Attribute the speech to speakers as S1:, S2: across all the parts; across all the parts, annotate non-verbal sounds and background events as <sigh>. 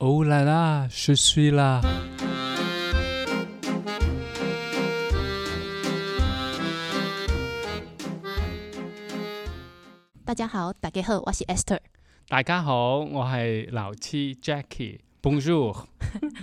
S1: Oh là là, je suis là.
S2: 「大家好，大家好，我是 Esther，
S1: 大家好，我係老七 Jackie。Bonjour。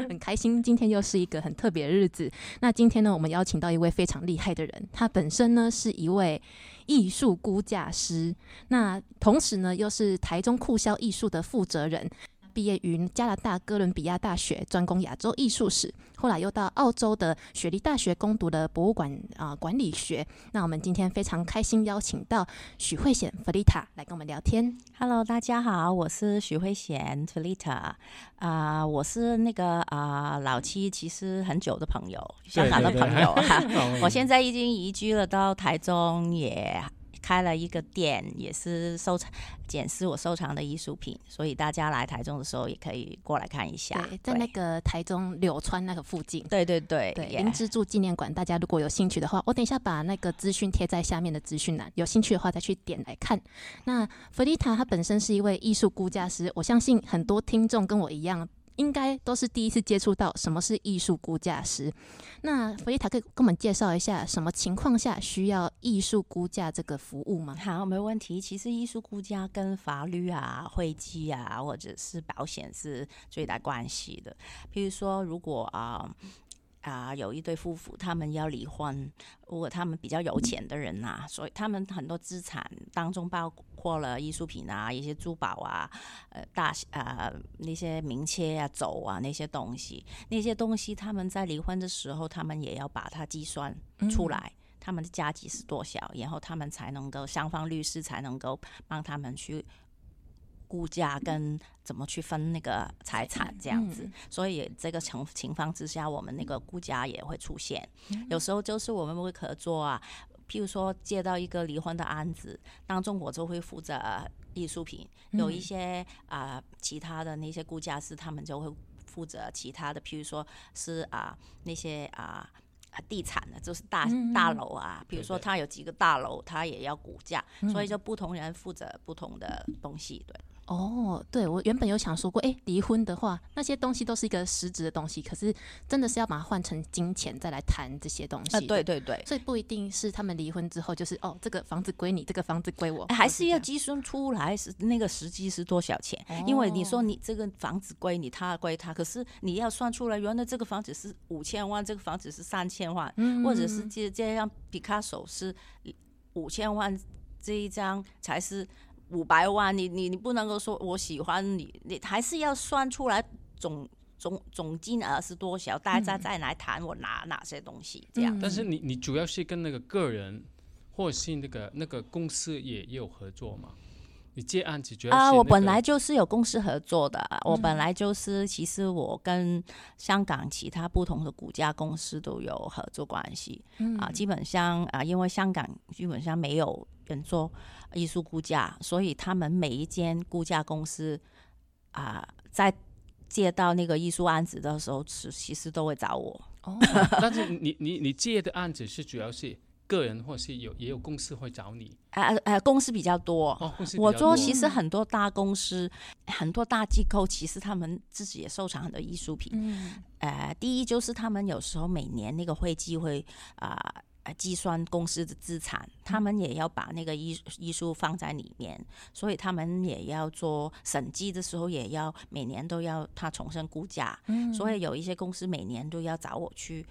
S2: 很开心今天又是一个很特别的日子。那今天呢，我们邀请到一位非常厉害的人，他本身呢是一位艺术估价师，那同时呢又是台中酷销艺术的负责人。毕业于加拿大哥伦比亚大学，专攻亚洲艺术史，后来又到澳洲的雪梨大学攻读了博物馆啊、呃管理学。那我们今天非常开心邀请到许慧显弗丽塔来跟我们聊天。
S3: Hello，大家好，我是许慧贤 Felita，啊、我是那个啊、老七，其实很久的朋友，香港的
S1: 对对对 <laughs>
S3: 朋友哈、 <laughs> 我
S1: 我
S3: 现在已经移居了到台中，也开了一个店，也是收藏捡拾我收藏的艺术品，所以大家来台中的时候也可以过来看一下。
S2: 对，在那个台中柳川那个附近。
S3: 对对对
S2: 对，
S3: 也
S2: 林之助纪念馆，大家如果有兴趣的话，我等一下把那个资讯贴在下面的资讯栏，有兴趣的话再去点来看。那弗丽塔她本身是一位艺术估价师，我相信很多听众跟我一样，应该都是第一次接触到什么是艺术估价师。那弗丽塔可以跟我们介绍一下，什么情况下需要艺术估价这个服务吗？
S3: 好，没问题。其实艺术估价跟法律啊、会计啊，或者是保险是最大关系的。譬如说，如果啊啊、有一对夫妇，他们要离婚，如果他们比较有钱的人呐、所以他们很多资产当中包括了艺术品啊、一些珠宝啊、呃大啊、那些名切啊、酒啊那些东西，那些东西他们在离婚的时候，他们也要把它计算出来。他们的加急是多少，然后他们才能够双方律师才能够帮他们去估价跟怎么去分那个财产这样子。
S2: 嗯
S3: 所以这个情情况之下，我们那个估价也会出现。有时候就是我们会合作啊，譬如说接到一个离婚的案子，当中我就会负责艺术品，有一
S2: 嗯
S3: 些啊、其他的那些估价师，他们就会负责其他的，譬如说是啊、那些啊。啊，地产的就是大大
S2: 嗯嗯嗯
S3: 楼啊，比如
S1: 对
S3: 说
S1: 对
S3: 他有几个大楼，他也要估价，
S2: 嗯
S3: 所以就不同人负责不同的东西，对。
S2: 哦，对，我原本有想说过，哎，离婚的话，那些东西都是一个实质的东西，可是真的是要把它换成金钱再来谈这些东西。
S3: 啊，对，对对，
S2: 所以不一定是他们离婚之后就是哦，这个房子归你，这个房子归我，
S3: 哎还
S2: 都
S3: 是
S2: 这
S3: 要
S2: 样哦
S3: 计算出来是那个实际是多少钱，因为你说你这个房子归你，他归他，可是你要算出来，原来这个房子是五千万，这个房子是三千万，或者
S2: 嗯
S3: 是这这样，皮卡手是五千万这一张才是五百万，你你你不能够说我喜欢你，你还是要算出来总总总金额是多少，大家再来谈我拿哪些东西
S2: 嗯
S3: 这样。
S1: 但是你你主要是跟那个个人，或者是那个那个公司也也有合作嘛？你接案子主要是、
S3: 啊，我本来就是有公司合作的，我本来就是，其实我跟香港其他不同的股价公司都有合作关系、
S1: 嗯
S2: 嗯
S3: 啊，基本上啊，因为香港基本上没有人做艺术估价，所以他们每一间估价公司啊，在接到那个艺术案子的时候，其其实都会找我。 <laughs>
S2: 哦，
S1: <laughs> 但是你你你接的案子是主要是个人，或是有也有公司会找你
S3: 呃呃，公司比较多，
S1: 哦，公司比
S3: 我
S1: 较
S3: 做
S1: 多
S3: 其实很多大公司、很多大机构，其实他们自己也收藏很多艺术品。
S2: 嗯
S3: 呃，第一就是他们有时候每年那个会计会啊。呃计算公司的资产，他们也要把那个艺艺术放在里面，所以他们也要做审计的时候，也要每年都要他重新估价。所以有一些公司每年都要找我去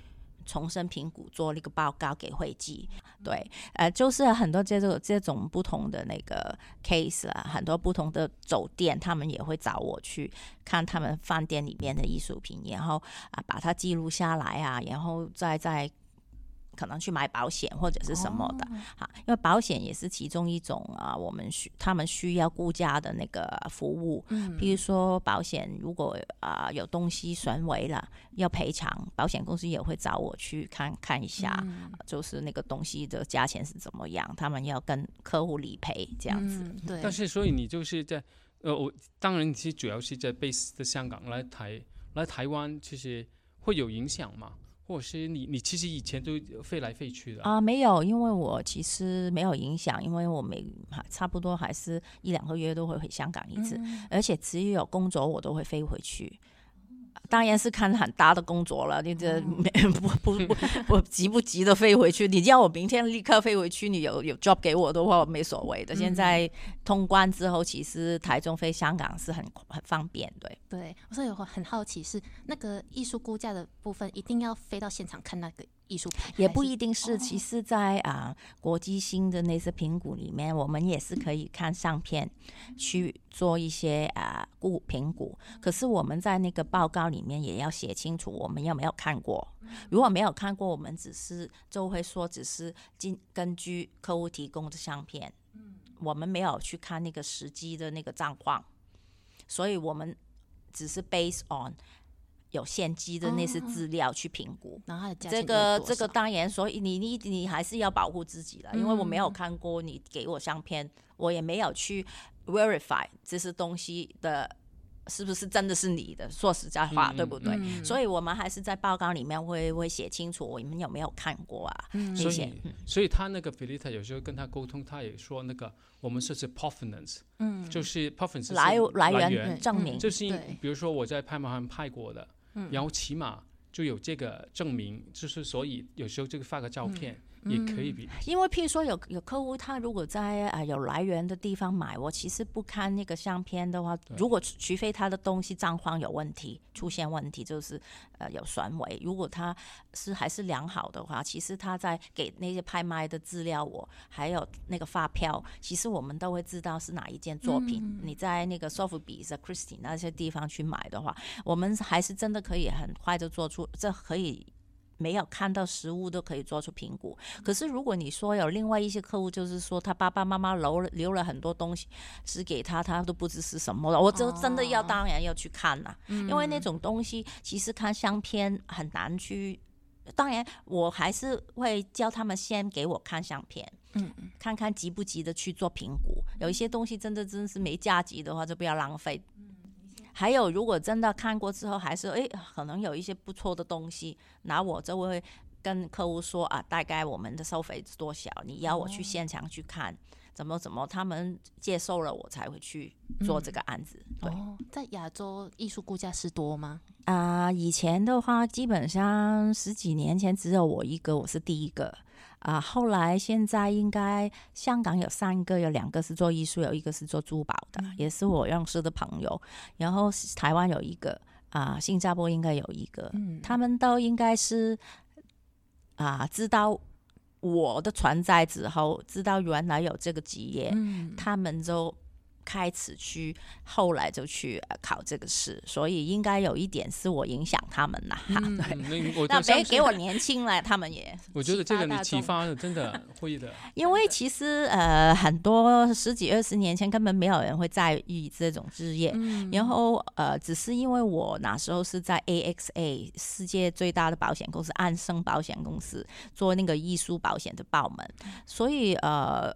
S3: 重新评估，做那个报告给会计。对，呃，就是很多这种这种不同的那个 case 啊，很多不同的酒店，他们也会找我去看他们饭店里面的艺术品，然后啊把它记录下来啊，然后再再。可能去买保险或者是什么的哈、因为保险也是其中一种啊，我们需他们需要估价的那个服务。譬如说保险如果啊、有东西损毁了要赔偿，保险公司也会找我去看看一下、就是那个东西的价钱是怎么样，他们要跟客户理赔这样子。
S2: 嗯，对，
S1: 但是，所以你就是在呃，我当然其实主要是在 base 在香港来台来台湾，其实会有影响嘛，或者是你你其实以前都飞来飞去的
S3: 啊、没有，因为我其实没有影响，因为我每还差不多还是一两个月都会回香港一次，而且只有工作我都会飞回去。当然是看很大的工作了，你这没不不不不急不急的飞回去？你叫我明天立刻飞回去，你有有 job 给我的话，我没所谓的。现在通关之后，其实台中飞香港是很很方便，对。
S2: 对，我是有很好奇是那个艺术估价的部分，一定要飞到现场看那个艺术品，
S3: 也
S2: 还
S3: 不
S2: 是哦
S3: 一定是，其实在，啊国际性的那些评估里面，我们也是可以看相片
S2: 嗯
S3: 去做一些啊估评估。可是我们在那个报告里面也要写清楚，我们有没有看过。
S2: 嗯
S3: 如果没有看过，我们只是就会说只是根根据客户提供的相片，
S2: 嗯
S3: 我们没有去看那个实际的那个状况，所以我们只是 based on 有现机的那
S2: 哦
S3: 些资料去评估。
S2: 然后它的价
S3: 这
S2: 钱大概
S3: 个
S2: 多
S3: 这个
S2: 少
S3: 当然，所以你你你还是要保护自己了，因为我没有
S2: 嗯
S3: 看过你给我相片，我也没有去 verify 这些东西的是不是真的是你的。说实在话，
S1: 嗯
S3: 对不对？
S2: 嗯
S3: 所以我们还是在报告里面会会写清楚我们有没有看过啊，
S2: 嗯
S1: 所
S3: 谢
S1: 以
S3: 谢。
S1: 所以他那个 Felita 有时候跟他沟通，他也说那个我们说是 provenance，
S2: 嗯
S1: 就是 provenance
S3: 来
S1: 是
S3: 来
S1: 源
S2: 对
S3: 源证
S2: 嗯
S3: 明，
S1: 就是因
S2: 对
S1: 比如说我在拍卖行拍过的，然后起码就有这个证明，就是所以有时候这个发个照片也可以比，
S3: 因为譬如说有有客户他如果在啊、呃有来源的地方买，我其实不看那个相片的话，如果除除非他的东西状况有问题，出现问题就是呃有损毁，如果他是还是良好的话，其实他在给那些拍卖的资料我，还有那个发票，其实我们都会知道是哪一件作品。你在那个 Sotheby's、Christie 那些地方去买的话，我们还是真的可以很快就做出，这可以没有看到实物都可以做出评估。
S2: 嗯
S3: 可是如果你说有另外一些客户，就是说他爸爸妈妈留了留了很多东西是给他，他都不知是什么了，我这真的要
S2: 哦
S3: 当然要去看啦、
S2: 嗯
S3: 因为那种东西其实看相片很难去。当然，我还是会叫他们先给我看相片，
S2: 嗯，
S3: 看看急不急的去做评估。有一些东西真的真是没价值的话，就不要浪费。还有，如果真的看过之后，还是诶，可能有一些不错的东西，那我就会跟客户说啊，大概我们的收费是多少？你要我去现场去看，怎么怎么，他们接受了，我才会去做这个案子。对。
S2: 哦，在亚洲艺术估价师多吗？
S3: 啊、以前的话，基本上十几年前只有我一个，我是第一个啊、后来现在应该香港有三个，有两个是做艺术，有一个是做珠宝的，也是我认识的朋友。然后是台湾有一个啊、新加坡应该有一个，
S2: 嗯
S3: 他们都应该是啊、知道我的存在之后，知道原来有这个职业，
S2: 嗯，
S3: 他们就开始去，后来就去呃考这个试，所以应该有一点是我影响他们啦。哈
S1: 嗯，那我
S3: <laughs> 那
S1: 就相
S3: 没
S1: 信
S3: 给我年轻了， <laughs> 他们也，
S1: 我觉得这个你启
S2: 启
S1: 发了，真
S3: <laughs>
S1: 的会的。
S3: 因为其实呃，很多十几二十年前根本没有人会在意这种职业，
S2: 嗯
S3: 然后呃，只是因为我那时候是在 AXA 世界最大的保险公司安生保险公司做那个艺术保险的报门，所以呃。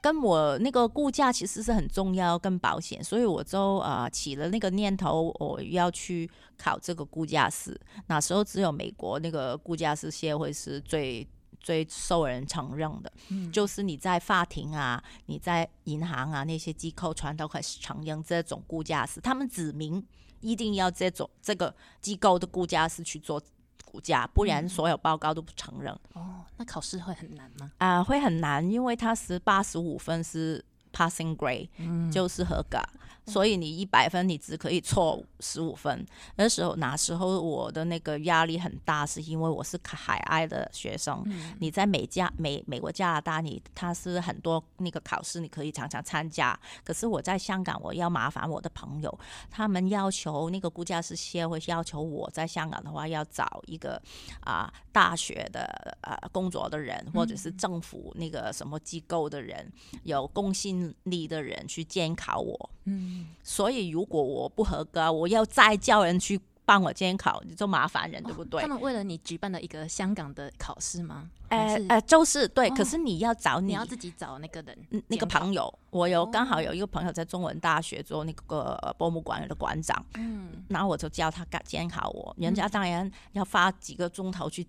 S3: 跟我那个估价其实是很重要，跟保险，所以我就呃起了那个念头，我要去考这个估价师。那时候只有美国那个估价师协会是最最受人承认的，就是你在法庭啊，你在银行啊那些机构传都可以承认这种估价师，他们指明一定要这种这个机构的估价师去做估价，不然所有报告都不承认
S2: 哦，那考试会很难吗？
S3: 啊、会很难，因为他是八十五分是 passing grade，、就是合格。所以你一百分，你只可以错十五分。那时候那时候我的那个压力很大，是因为我是海外的学生，你在美加美美国加拿大你，它是很多那个考试，你可以常常参加。可是我在香港，我要麻烦我的朋友，他们要求那个估价师协会要求我在香港的话，要找一个啊、大学的啊、工作的
S2: 嗯
S3: 人，或者是政府那个什么机构的人，有公信力的人去监考我。
S2: 嗯，
S3: 所以如果我不合格，我要再叫人去帮我监考，你就麻烦人，对不对
S2: 他？们为了你举办了一个香港的考试吗？还
S3: 呃
S2: 是
S3: 呃，就是对，
S2: 哦
S3: 可是你要找
S2: 你
S3: 你
S2: 要自己找那个人
S3: 嗯那个
S2: 监考
S3: 朋友，我有
S2: 哦
S3: 刚好有一个朋友在中文大学做那个呃博物馆的馆长，
S2: 嗯，
S3: 然后我就叫他干监考我，人家当然要花几个钟头去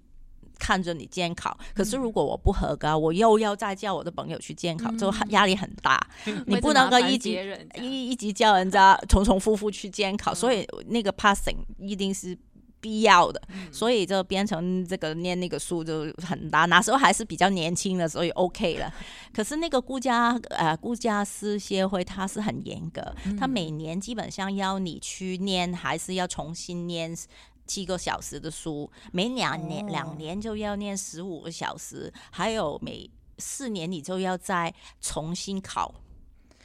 S3: 看着你监考，可是如果我不合格，我又要再叫我的朋友去监考，就压力很大，你
S2: 会
S3: 不
S2: 是
S3: 能
S2: 麻
S3: 够
S2: 烦
S3: 一
S2: 别
S3: 直
S2: 人这样嗯
S3: 一一直叫人家重重复复去监考，所以那个 passing 一定是必要的，
S2: 嗯
S3: 所以就变成这个念那个书就很大。那时候还是比较年轻的，所以 OK
S2: <laughs>
S3: 了。可是那个顾家呃顾家师协会，它是很严格，
S2: 嗯
S3: 它每年基本上要你去念，还是要重新念。七个小时的书，每两年、
S2: 哦
S3: 两年就要念十五个小时，还有每四年你就要再重新考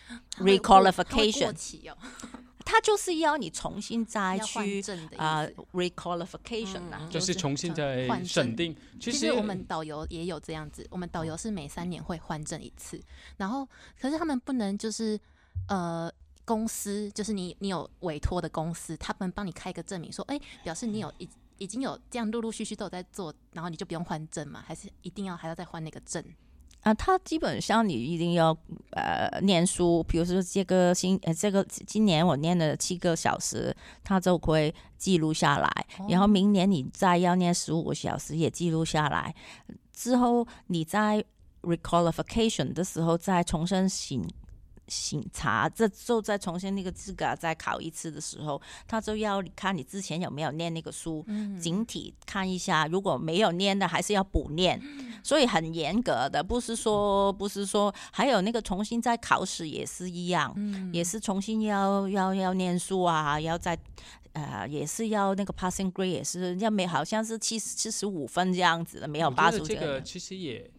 S2: 它会过它会过
S3: requalification，
S2: 期哦，
S3: 它就是要你重新再
S2: 要换
S3: 去
S2: 证的意
S3: 啊、
S2: 思嗯
S3: requalification 啊，
S1: 就是重新再
S2: 换证
S1: 审定。其
S2: 其
S1: 实
S2: 实我们导游也有这样子，我们导游是每三年会换证一次，然后可是他们不能就是呃。公司就是你，你有委托的公司，他们帮你开一个证明，说，哎、表示你有已已经有这样陆陆续续都有在做，然后你就不用换证嘛，还是一定要还要再换那个证？
S3: 啊，他基本上你一定要呃念书，比如说这个星呃这个今年我念了七个小时，他就会记录下来，
S2: 哦
S3: 然后明年你再要念十五个小时也记录下来，之后你在 requalification 的时候再重新审审查，这就再重新那个资格再考一次的时候，他就要看你之前有没有念那个书，
S1: 嗯
S3: 整体看一下，如果没有念的还是要补念。
S1: 嗯
S3: 所以很严格的，不是说不是说，还有那个重新再考试也是一样，
S1: 嗯
S3: 也是重新要要要念书啊，要再呃也是要那个 passing grade 也是要没好像是七十七十五分这样子的，没有
S1: 我觉
S3: 八
S1: 得
S3: 十
S1: 这个其实也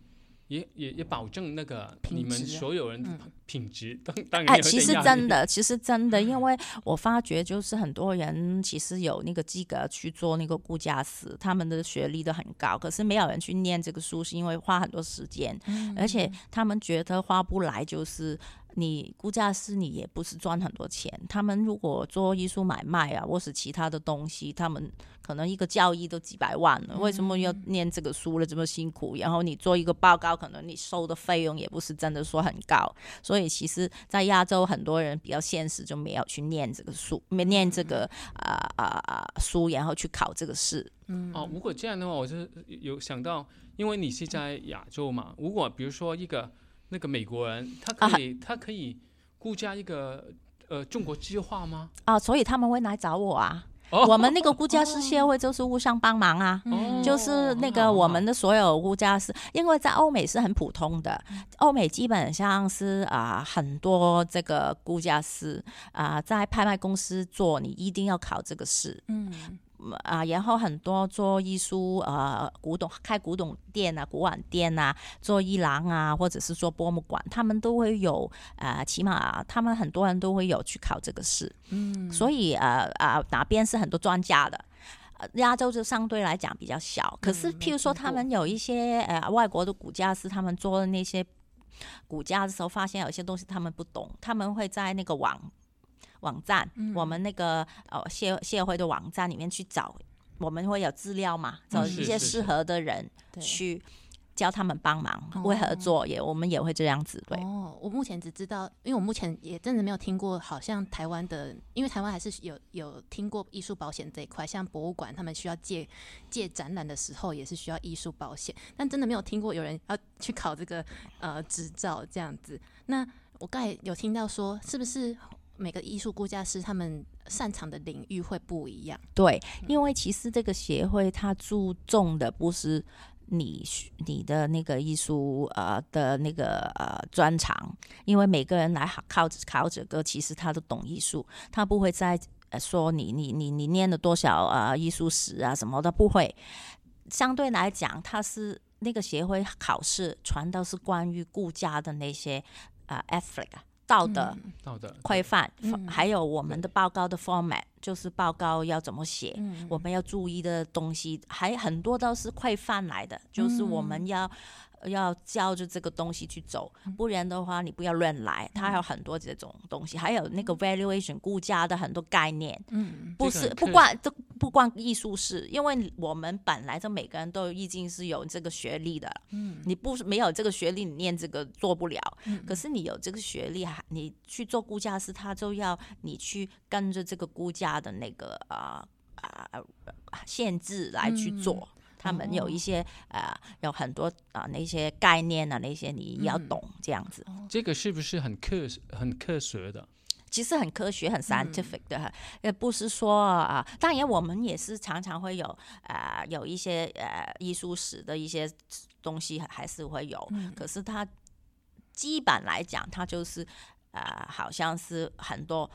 S1: 也也也保证那个你
S2: 品
S1: 们
S2: 质啊
S1: 所有人的品质，当当然
S3: 嗯哎，
S1: 有
S3: 其
S1: 点
S3: 实
S1: 压力嗯
S3: 真的，其实真的，因为我发觉就是很多人其实有那个资格去做那个顾家师，他们的学历都很高，可是没有人去念这个书，是因为花很多时间，
S1: 嗯
S3: 而且他们觉得花不来，就是。你估价师，你也不是赚很多钱。他们如果做艺术买卖啊，或是其他的东西，他们可能一个教义都几百万了，为什么要
S1: 嗯
S3: 念这个书了这么辛苦？然后你做一个报告，可能你收的费用也不是真的说很高。所以其实，在亚洲很多人比较现实，就没有去念这个书，没念这个
S1: 嗯
S3: 啊啊啊书，然后去考这个试。
S1: 哦，如果这样的话，我就有想到，因为你是在亚洲嘛，如果比如说一个那个美国人，他
S3: 啊
S1: 可以、他可以估价一个呃中国计划吗？
S3: 啊，所以他们会来找我啊。
S1: 哦
S3: 我们那个估价师协会就是互相帮忙啊。
S1: 哦
S3: 就是那
S1: 很好
S3: 个
S1: 很
S3: 我
S1: 好
S3: 们的所有估价师，因为在欧美是很普通的，
S1: 嗯
S3: 欧美基本上是啊、很多这个估价师啊、在拍卖公司做，你一定要考这个试。
S2: 嗯，
S3: 嗯啊，然后很多做艺术呃古董开古董店啊、古玩店啊，做艺廊啊，或者是做博物馆，他们都会有呃，起码他们很多人都会有去考这个试。嗯，所以呃呃，哪边是很多专家的。呃亚洲就相对来讲比较小，可是
S2: 嗯
S3: 譬如说
S2: 没听过
S3: 他们有一些呃外国的骨架师，他们做的那些骨架的时候，发现有些东西他们不懂，他们会在那个网网站，我们那个呃谢谢会的网站里面去找，我们会有资料嘛，找
S2: 是
S3: 一些
S1: 是是
S3: 适合的人
S2: 对。
S3: 去叫他们帮忙，
S2: 哦
S3: 会合作也，我们也会这样子，对。
S2: 哦，我目前只知道，因为我目前也真的没有听过，好像台湾的，因为台湾还是有有听过艺术保险这一块，像博物馆他们需要借借展览的时候也是需要艺术保险，但真的没有听过有人要去考这个呃执照这样子。那我刚才有听到说，是不是每个艺术估价师他们擅长的领域会不一样？
S3: 对，
S2: 嗯
S3: 因为其实这个协会它注重的不是你学你的那个艺术呃的那个呃专长，因为每个人来考考考这个，其实他都懂艺术，他不会再呃说你你你你念了多少呃艺术史啊什么的不会。相对来讲，它是那个协会考试传到是关于顾家的那些呃 ethic 啊道德。
S1: 好的，
S3: 规范，
S2: 嗯
S3: 还有我们的报告的 format，就是报告要怎么写，
S2: 嗯
S3: 我们要注意的东西，还很多都是规范来的，就是我们要。要照着这个东西去走，不然的话你不要乱来。它有很多这种东西，还有那个 valuation 估价的很多概念，
S2: 嗯，
S3: 不
S1: 这个
S3: 是
S1: 很
S3: 不
S1: 特
S3: 光都不光艺术是，因为我们本来就每个人都已经是有这个学历的，嗯，你不是没有这个学历，你念这个做不了。可是你有这个学历，还你去做估价师，他就要你去跟着这个估价的那个啊啊、限制来去做。他们有一些、呃，有很多啊、那些概
S1: 哦
S3: 念啊，那些你要懂、这样子。
S1: 这个是不是很科很科学的？
S3: 其实很科学、很 scientific 的哈，也不是说啊，当然我们也是常常会有啊、呃有一些呃艺术史的一些东西还是会有，
S2: 嗯
S3: 可是它基本来讲，它就是呃，好像是很多。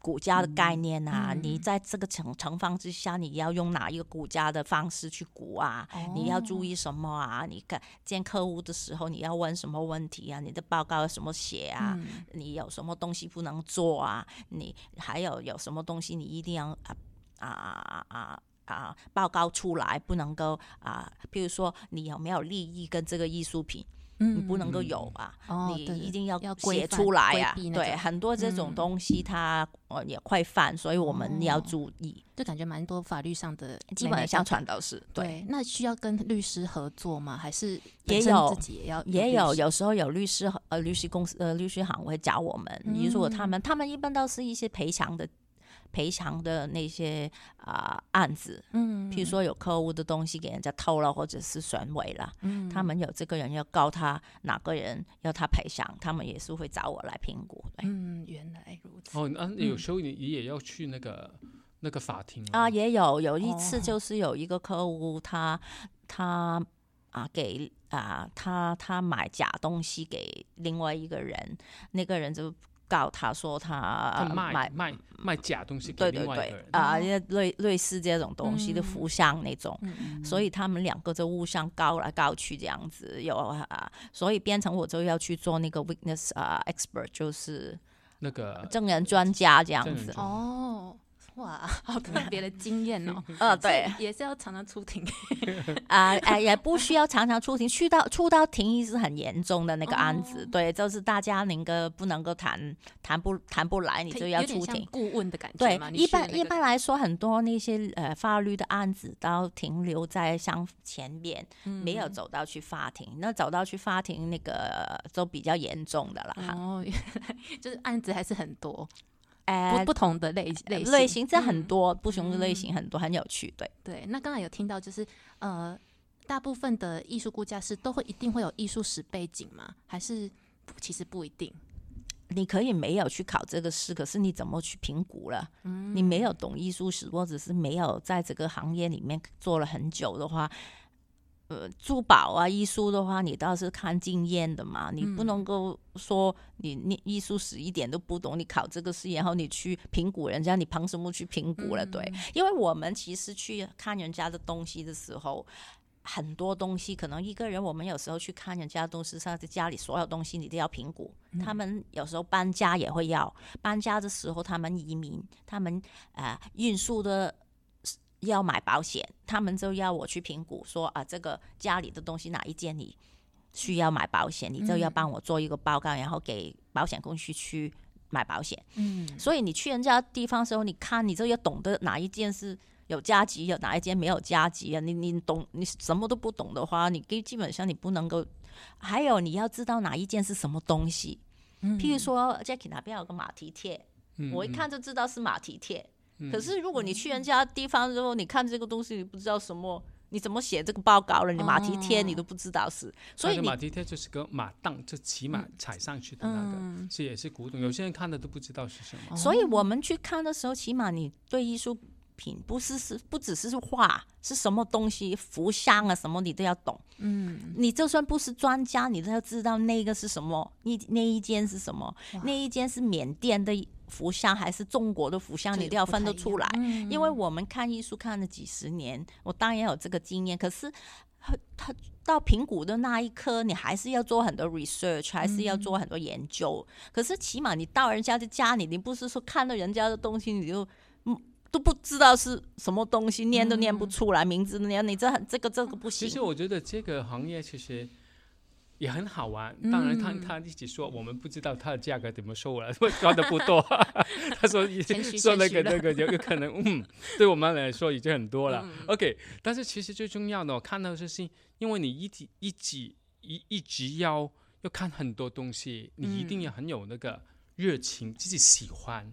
S3: 骨架的概念啊，你在这个情情况之下，你要用哪一个骨架的方式去骨啊？
S2: 哦
S3: 你要注意什么啊？你看见客户的时候，你要问什么问题啊？你的报告要什么写啊？
S2: 嗯
S3: 你有什么东西不能做啊？你还有有什么东西你一定要啊啊啊啊啊报告出来，不能够啊，譬如说你有没有利益跟这个艺术品，你
S2: 嗯
S3: 不能够有啊，
S2: 哦
S3: 你
S2: 对
S3: 一定要
S2: 要规
S3: 写
S2: 范
S3: 出来啊
S2: 规避，那
S3: 对，
S2: 种嗯
S3: 很多这种东西它呃也快犯，所以我们要注意，
S2: 就感觉蛮多法律哦上的
S3: 基本上传
S2: 的。
S3: 导是对。
S2: 对，那需要跟律师合作吗？还是
S3: 也
S2: 本身
S3: 有
S2: 自己也要
S3: 也
S2: 律
S3: 有，
S2: 师
S3: 有时候有律师呃，律师公司呃，律师行会找我们。你如果
S2: 嗯
S3: 他们，他们一般都是一些赔偿的赔偿的那些啊、案子，
S2: 嗯，
S3: 譬如说有客户的东西给人家偷了，或者是损毁了，
S2: 嗯
S3: 他们有这个人要告他，哪个人要他赔偿，他们也是会找我来评估。对
S2: 嗯，原来如此。
S1: 哦，那有时候你你也要去那个那个法庭
S3: 嗯啊，
S1: 哦
S3: 也有有一次
S2: 哦
S3: 就是有一个客户他，他啊给啊他他买假东西给另外一个人，那个人就告他说他
S1: 他
S3: 啊
S1: 卖卖卖假东西给
S3: 对对
S1: 另外一个
S3: 对
S1: 人，哦
S3: 啊，因为类类似这种东西的
S2: 嗯
S3: 互相那种，
S1: 嗯
S3: 所以他们两个就互相告来告去这样子，有啊，所以变成我就要去做那个 witness 啊 expert，就是
S1: 那个
S3: 证人专家这样
S1: 证人
S3: 子
S1: 专。
S2: 哦，哇，好特别的经验
S3: <laughs>
S2: 哦。
S3: 呃，
S2: 所以
S3: 对。
S2: 也是要常常出庭。
S3: 啊、哎、也不需要常常出庭，去到出到庭议是很严重的那个案子，
S2: 哦
S3: 对，就是大家能够不能够谈谈不谈不来，你
S2: 可以
S3: 就要
S2: 有点
S3: 出
S2: 像
S3: 庭。
S2: 顾问的感觉
S3: 对
S2: 嘛。，你
S3: 一
S2: 去的
S3: 般
S2: 那
S3: 一
S2: 个
S3: 般来说，很多那些呃法律的案子都停留在上前面，
S2: 嗯
S3: 没有走到去法庭。那走到去法庭那个都比较严重的了哈。
S2: 哦，原来 <laughs> 就是案子还是很多，
S3: 哎、
S2: 不不同的类类型。嗯
S3: 类型这很多，不同的类型很多，很有趣。对，
S2: 对，那刚才有听到就是呃，大部分的艺术估价师都会一定会有艺术史背景吗？还是不其实不一定？
S3: 你可以没有去考这个试，可是你怎么去评估了？你没有懂艺术史，或者是没有在这个行业里面做了很久的话，呃，珠宝啊、艺术的话，你倒是看经验的嘛。你不能够说你你艺术史一点都不懂，你考这个试，然后你去评估人家，你凭什么去评估了？
S2: 嗯
S3: 对，因为我们其实去看人家的东西的时候。很多东西，可能一个人，我们有时候去看人家的东西，像在家里所有东西，你都要评估。他们有时候搬家也会要，搬家的时候他们移民，他们呃运输的要买保险，他们就要我去评估说啊，这个家里的东西哪一件你需要买保险，你就要帮我做一个报告，然后给保险公司去买保险。
S2: 嗯，
S3: 所以你去人家地方的时候，你看你就要懂得哪一件是有加急，有哪一件没有加急啊。你你懂，你什么都不懂的话，你基基本上你不能够。还有你要知道哪一件是什么东西，
S2: 嗯
S3: 譬如说 Jackie 那边有个马蹄贴，
S1: 嗯
S3: 我一
S1: 嗯
S3: 看就知道是马蹄贴。可是如果你去人家地方之后，你看这个东西，你不知道什么。你怎么写这个报告了？你马蹄贴你都不知道是，所
S1: 它
S3: 以
S1: 的
S3: 你嗯
S1: 马蹄贴就是个马档，就骑马踩上去的那个，这也是古董。有些人看的都不知道是什么。
S3: 所以我们去看的时候，起码你对艺术品不是是不只是画，是什么东西、服装啊什么你都要懂。嗯，你就算不是专家，你都要知道那个是什么，那那一间是什么，那一间是缅甸的服装还是中国的服装，
S2: 这
S3: 你
S2: 也
S3: 都要
S2: 不
S3: 分
S2: 太一
S3: 得
S2: 样
S3: 出
S2: 嗯
S3: 来。因
S1: 嗯
S3: 为我们看艺术看了几十年，我当然有这个经验，可是。他到评估的那一刻，你还是要做很多 research，还是要
S1: 嗯
S3: 做很多研究。可是起码你到人家的家里，你不是说看到人家的东西你就。嗯都不知道是什么东西，念都念不出来，名字都念你这这个这个不
S1: 嗯其
S3: 行
S1: 实。我觉得这个行业其实也很好玩。
S2: 嗯
S1: 当然他，他一直说我们不知道它的价格怎么收了， <laughs> 我搞的不多。他说一
S2: 谦虚
S1: 说那
S2: 谦虚
S1: 个
S2: 了
S1: 那个有有可能， <laughs> 嗯，对我们来说已经很多了。OK，但
S2: 嗯
S1: 是其实最重要的，我看到的是，因为你一直一直一一直要要看很多东西，你一
S2: 嗯
S1: 定要很有那个热情，自己喜欢，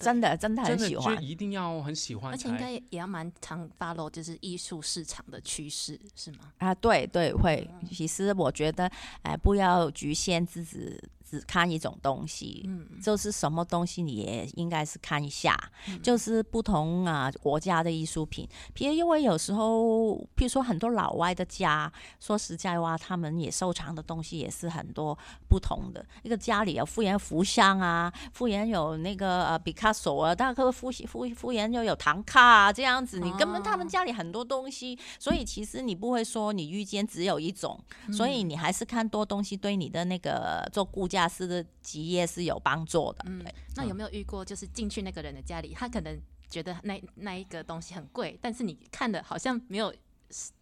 S3: 真的真的
S1: 真
S3: 很
S1: 的
S3: 喜
S1: 就
S3: 欢。
S1: 一定要很喜欢
S2: 而且
S1: 才。
S2: 应该也要蛮常 follow 就是艺术市场的趋势是吗？
S1: 嗯
S3: 啊，对对，会。其实我觉得，哎、不要局限自己只看一种东西，
S2: 嗯
S3: 就是什么东西你也应该是看一下，就是不同啊国家的艺术品。譬如因为有时候，譬如说很多老外的家，说实在话，他们也收藏的东西也是很多不同的。一个家里有复原福箱啊，复原有那个呃毕卡索啊，大哥复复复原又有唐卡啊，这样子，你根本他们家里很多东西，所以其实你不会说你遇见只有一种。所以你还是看多东西对你的那个做估价师的职业是有帮助 <laughs> 的。
S2: 嗯
S3: 对，
S2: 那有没有遇过，就是进去那个人的家里，他可能觉得那那一个东西很贵，但是你看的好像没有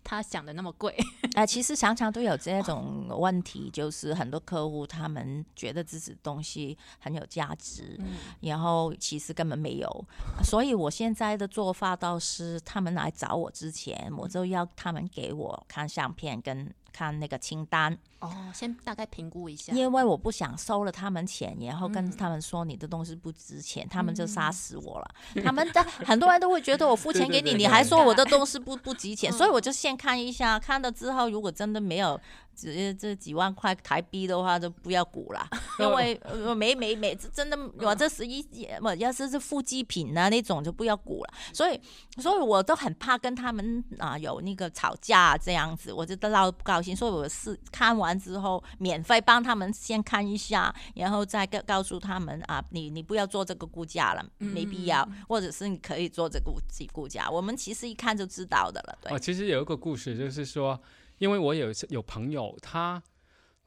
S2: 他想的那么贵。
S3: 呃，其实常常都有这种问题，就是很多客户他们觉得自己东西很有价值，然后其实根本没有。所以我现在的做法倒是，他们来找我之前，我就要他们给我看相片跟看那个清单，
S2: 哦，先大概评估一下。
S3: 因为我不想收了他们钱，然后跟
S2: 嗯
S3: 他们说你的东西不值钱，他们就杀死我了。他们的很多人都会觉得我付钱给你，
S1: 对对对
S3: 你还说我的东西不不值钱，
S2: 嗯
S3: 所以我就先看一下，看了之后如果真的没有。这这几万块台币的话，就不要鼓了，
S1: <laughs>
S3: 因为呃没没没，这真的
S1: 嗯
S3: 我这十一，我要是是副祭品啊那种就不要鼓了。所以，所以我都很怕跟他们啊、有那个吵架啊这样子，我就得到不高兴。所以我是看完之后，免费帮他们先看一下，然后再告告诉他们啊，你你不要做这个估价了，没必要，
S1: 嗯
S3: 或者是你可以做这个估估价。我们其实一看就知道的了，对。
S1: 哦，其实有一个故事，就是说，因为我有有朋友，他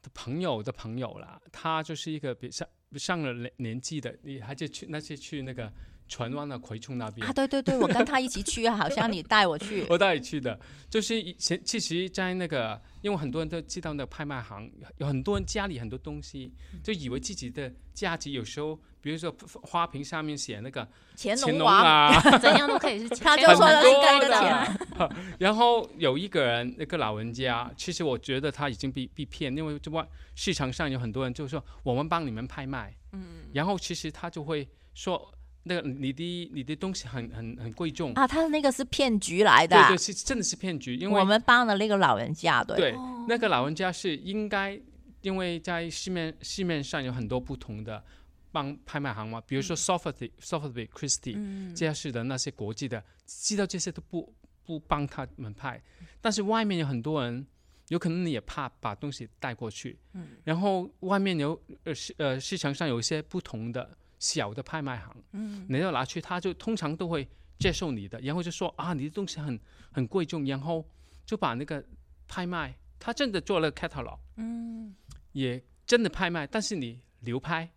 S1: 的朋友的朋友啦，他就是一个比上上了年年纪的，你还是去那些去那个船湾的葵涌那边
S3: 啊，，对对对，我跟他一起去，啊好像你带
S1: <laughs>
S3: 我去，
S1: 我带你去的，就是以前其实，在那个，因为很多人都知道那个拍卖行，有很多人家里很多东西，就以为自己的价值，有时候，比如说花瓶上面写那个
S3: 乾
S1: 乾
S3: 隆
S1: 隆
S3: 王。
S1: 啊，
S2: 怎样都可以是钱，
S3: <laughs> 他就
S1: 很
S3: 说了应
S1: 多
S3: 该
S1: 的
S3: 的钱，
S1: 然后有一个人，那个老人家，其实我觉得他已经被被骗，因为这外市场上有很多人就说我们帮你们拍卖，嗯，然后其实他就会说那个你的你的东西很很很贵重，
S3: 啊，他那个是骗局来的
S1: 对
S3: 啊，
S1: 对是真的是骗局，因为
S3: 我们帮了那个老人家，对，
S1: 对
S2: 哦
S1: 那个老人家是应该，因为在市面市面上有很多不同的帮拍卖行嘛，比如说 Sotheby、Sotheby Christie、
S2: 嗯
S1: 这样式的那些国际的，知道这些都不不帮他们拍，但是外面有很多人，有可能你也怕把东西带过去，
S2: 嗯
S1: 然后外面有呃市呃市场上有一些不同的小的拍卖行，
S2: 嗯，
S1: 你要拿去，他就通常都会接受你的，然后就说啊你的东西很很贵重，然后就把那个拍卖，他真的做了 catalog，
S2: 嗯，
S1: 也真的拍卖，但是你流拍，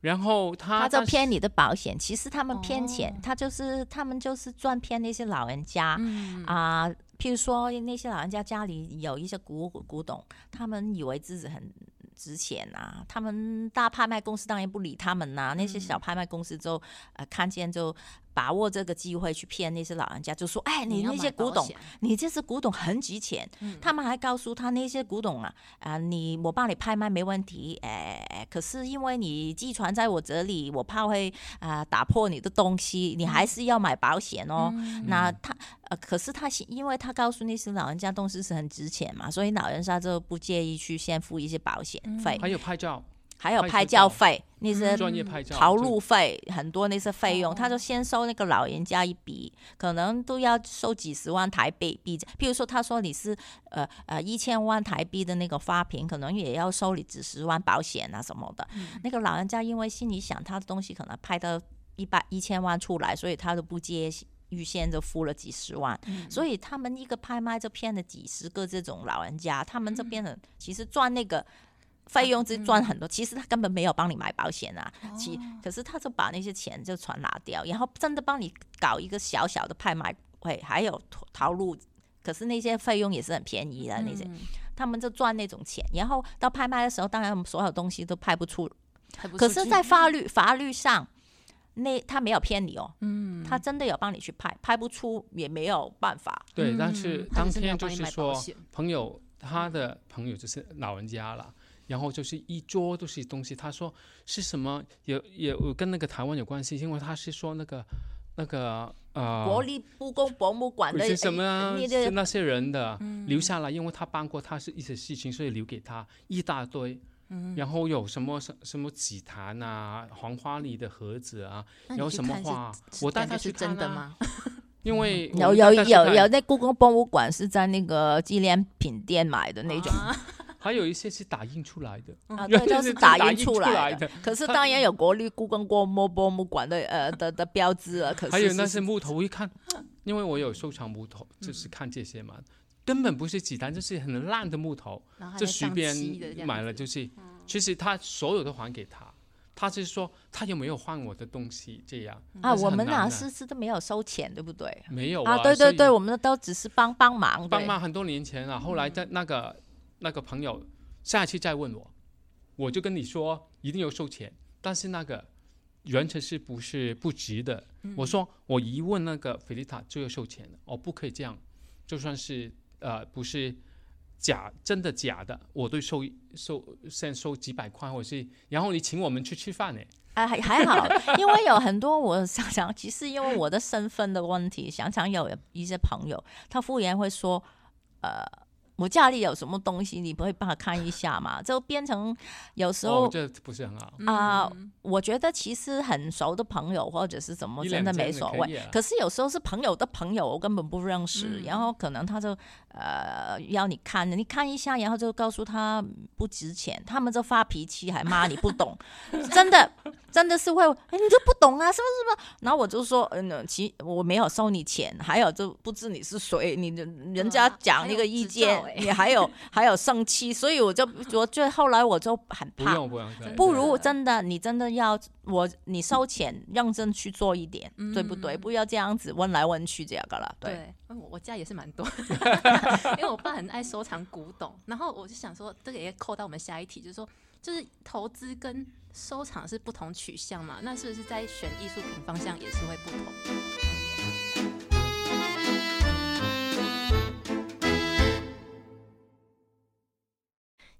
S1: 然后他
S3: 他就
S1: 但是
S3: 骗你的保险，其实他们骗钱，
S2: 哦
S3: 他就是他们就是专骗那些老人家啊、
S2: 嗯
S3: 譬如说那些老人家家里有一些古古董，他们以为自己很值钱啊，他们大拍卖公司当然不理他们呐、那些
S2: 嗯
S3: 小拍卖公司就呃看见就把握这个机会去骗那些老人家，就说哎
S2: 嗯
S3: 你
S2: 要
S3: 那
S2: 买
S3: 些古
S2: 保
S3: 董啊
S2: 险
S3: 你这些古董很值钱，他们还告诉他那些古董啊，啊、你我帮你拍卖没问题，哎、可是因为你寄存在我这里，我怕会啊、打破你的东西，你还是要买保险哦。
S2: 嗯
S3: 那他呃，可是他是因为他告诉那些老人家东西是很值钱嘛，所以老人家就不介意去先付一些保险费，
S1: 还有拍照，
S3: 还有
S1: 嗯拍
S3: 拍
S1: 照
S3: 照费那些
S1: 专业拍
S2: 嗯
S1: 照，
S3: 逃
S1: 就
S3: 路费很多那些费用，
S2: 哦
S3: 他就先收那个老人家一笔，可能都要收几十万台币币。譬如说，他说你是呃呃一千万台币的那个花瓶，可能也要收你几十万保险啊什么的。
S2: 嗯
S3: 那个老人家因为心里想他的东西可能拍到一百一千万出来，所以他都不接。预先就付了几十万，所以他们一个拍卖就骗了几十个这种老人家，他们
S2: 嗯
S3: 就变成其实赚那个费用是赚很多，其实他根本没有帮你买保险啊，
S2: 哦
S3: 其可是他就把那些钱就全拿掉，然后真的帮你搞一个小小的拍卖会，还有淘淘路，可是那些费用也是很便宜的那些，
S2: 嗯
S3: 他们就赚那种钱，然后到拍卖的时候，当然我们所有东西都拍不出
S2: 还不
S3: 可
S2: 出
S3: 是，
S2: 去嗯
S3: 在法律法律上，那他没有骗你哦，嗯，他真的有帮你去拍，拍不出也没有办法，
S1: 对，
S2: 嗯
S1: 但是
S2: 他
S1: 当
S2: 只是没有
S1: 天就
S2: 帮你
S1: 是
S2: 买保
S1: 说
S2: 险
S1: 朋友他的朋友就是老人家了，然后就是一桌都是东西，他说是什么也也有跟那个台湾有关系，因为他是说那个那个呃
S3: 国立故宫博物馆的
S1: 是什么啊
S3: 呃你
S1: 是
S3: 的
S1: 那些人的留下来，因为他办过他是一些事情，所以留给他一大堆。嗯，然后有什么什什么紫檀啊、黄花梨的盒子啊，
S2: 那
S1: 然后
S2: 你去
S1: 什么
S2: 看是
S1: 画，
S2: 是
S1: 我带
S2: 感觉
S1: 他
S2: 是
S1: 去看
S2: 真的
S1: 啊 <laughs>
S2: 吗？
S1: 因为我
S3: 嗯有
S1: 们
S3: 有
S1: 带他去
S3: 有
S1: 看
S3: 有，在故宫博物馆是在那个纪念品店买的那种，
S2: 啊
S1: 还有一些是打印出来的，
S3: 啊，
S1: 嗯 <laughs> 原
S3: 对，
S1: 来
S3: 都
S1: 是
S3: 打
S1: 打
S3: 印
S1: 印
S3: 出
S1: 出
S3: 来
S1: 来
S3: 的
S1: 的。
S3: 可是当然有国立故宫博博博物馆的呃的的标志
S1: <laughs>
S3: 啊。可是
S1: 还有那
S3: 是
S1: 些木头，我一看，因为我有收藏木头，就是看这些嘛，根本不是紫檀，就是很烂的木头，
S2: 然后还
S1: 就
S2: 在
S1: 随
S2: 上
S1: 便
S2: 漆的这样
S1: 买了，
S2: 子嗯
S1: 就是，其实他所有都还给他，他是说他有没有换我的东西这样
S2: 嗯
S3: 啊，
S1: 但是
S3: 我
S1: 很
S3: 们
S1: 难
S3: 啊
S1: 啊
S3: 是是都没有收钱，对不对？
S1: 没有
S3: 啊，对对
S1: 所
S3: 对，
S1: 以
S3: 我们都只是帮帮忙，
S1: 帮
S3: 对，
S1: 忙很多年前
S3: 嗯
S1: 了，后来在那个那个朋友下一次再问我，我就跟你说一定要收钱，但是那个原则是不是不值的？
S3: 嗯
S1: 我说我一问那个菲利塔就要收钱了，哦，不可以这样，就算是呃不是假真的假的，我都收收先收几百块，或者是然后你请我们去吃饭呢，
S3: 啊还还好， <laughs> 因为有很多我想想，其实因为我的身份的问题，想想有一些朋友，他敷衍会说，呃。我家里有什么东西，你不会帮我看一下嘛？就变成有时候
S1: 哦，这不是很好，
S3: 啊、我觉得其实很熟的朋友或者是怎么
S1: 一
S3: 真的
S1: 两件
S3: 没
S1: 就
S3: 所
S1: 可以啊
S3: 谓
S1: 了。
S3: 可是有时候是朋友的朋友，我根本不认识，
S2: 嗯
S3: 然后可能他就呃要你看，你看一下，然后就告诉他嗯不值钱，他们就发脾气，还骂你
S2: <laughs>
S3: 不懂，真的真的是会，哎你就不懂啊，是不是吧？然后我就说，嗯，其我没有收你钱，还有就不知你是谁，你人家
S2: 对啊
S3: 讲
S2: 还
S3: 那
S2: 有
S3: 个意
S2: 执
S3: 见，
S2: 照欸
S3: 你还有还有生气，所以我就我就后来我就很
S1: 不
S3: 怕。
S1: 用不用，对
S3: 不
S1: 对
S3: 如
S2: 对
S3: 真的，你真的要我，你收钱认真去做一点，对不对？不要这样子问来问去这个了，对。
S2: 对，嗯我我家也是蛮多， <laughs> 因为我爸很爱收藏古董，然后我就想说，这个也扣到我们下一题，就是说，就是投资跟收藏是不同取向嘛，那是不是在选艺术品方向也是会不同？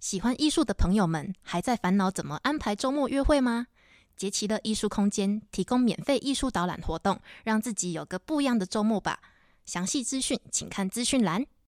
S2: 喜欢艺术的朋友们，还在烦恼怎么安排周末约会吗？杰奇的艺术空间提供免费艺术导览活动，让自己有个不一样的周末吧。详细资讯请看资讯栏。